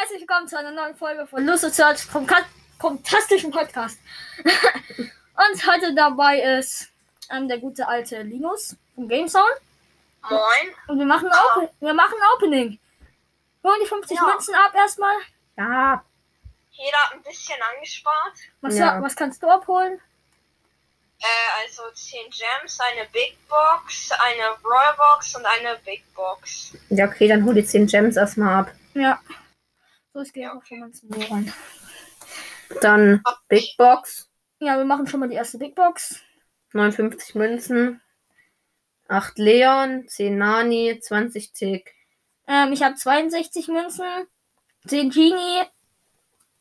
herzlich willkommen zu einer neuen Folge von Lust und Search vom Kat- fantastischen Podcast. und heute dabei ist ähm, der gute alte Linus vom GameZone. Moin. Und wir machen, Ah. Open wir machen ein Opening. Holen die 50 Ja. Münzen ab erstmal. Ja. Jeder hat ein bisschen angespart. Was, Ja. was kannst du abholen? Äh, also 10 Gems, eine Big Box, eine Royal Box und eine Big Box. Ja, okay, dann hol die 10 Gems erstmal ab. Ja. So, ich gehe auch schon mal zum Büro rein. Dann Big Box, Ja, wir machen schon mal die erste Big Box. 59 Münzen, 8 Leon, 10 Nani, 20 Tick. Ähm, ich habe 62 Münzen, 10 Genie,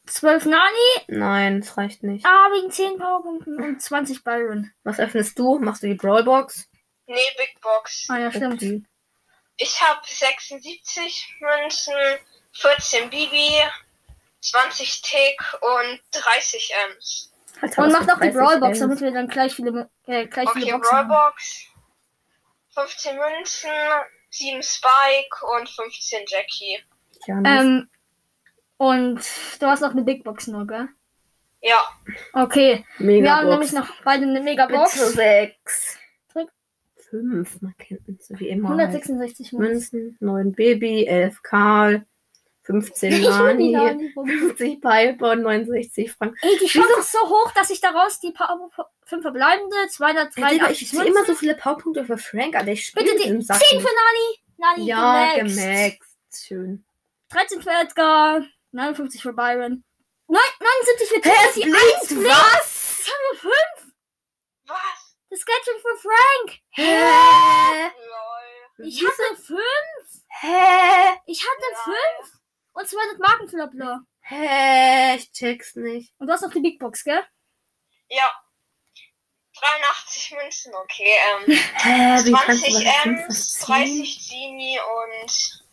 12 Nani, Nein, das reicht nicht. ah, wegen 10 Powerpunkten und 20 Byron. Was öffnest du? Machst du die Brawlbox? Nee, Big Box. Ah ja, stimmt. Okay. Ich habe 76 Münzen, 14 Bibi, 20 Tick und 30 Ms. Alter, Und was mach mit noch die 30 Brawlbox, Gems? damit wir dann gleich viele, äh, gleich Okay, viele Boxen Royal haben. Box, 15 Münzen, 7 Spike und 15 Jackie. Ja, nice. Ähm, und du hast noch eine Big Box nur, gell? Ja, Okay, Mega Ähm, wir haben nämlich noch beide eine Mega Bitte Box. 6. Drück. 5, man kennt uns so wie immer. halt. 166 Münzen. Münzen, 9 Baby, 11 Karl, 15 Ich will die Nani, Nani. 50 Piper, 69 Frank. Ey, die Chance ist so hoch, dass ich daraus die paar, fünf verbleibende, Ja, Digga, ich 283 sehe Münzen. immer so viele Powerpunkte für Frank, aber ich spiele Bitte die im Sack. 10 für Nani. Nani, Ja, gemaxt. gemaxt. Schön. 13 für Edgar. 59 für Byron. Neun- 79 für Cassie. blinkt was? 105. was? Das Gadget für Frank. Hä? Lol. Ich hatte 5. Hä? Ich hatte Lol. 5 und 200 Marken für Labla. Hä? Ich check's nicht. Und du hast noch die Big Box, gell? Ja. 83 Münzen, okay. Ähm, Hä? Wie kannst du 20 das Ms, 30 Genie und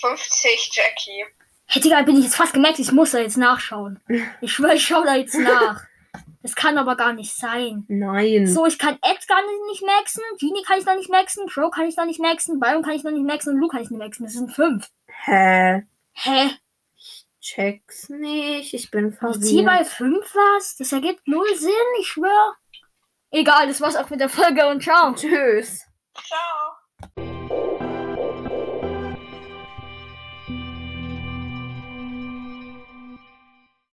50 Jackie. Hey, Digga, bin ich jetzt fast gemerkt, ich muss da jetzt nachschauen. Ich schwöre, ich schau da jetzt nach. Das kann aber gar nicht sein. Nein. So, ich kann Edgar nicht maxen, Genie kann ich noch nicht maxen, Pro kann ich noch nicht maxen, Byron kann ich noch nicht maxen und Lu kann ich nicht maxen. Das sind 5. Hä? Hä? Check's nicht. Ich bin Ich zieh verwirrt. bei 5 was? Das ergibt null Sinn, ich schwöre. Egal, das war's auch mit der Folge und ciao. Tschüss. Ciao.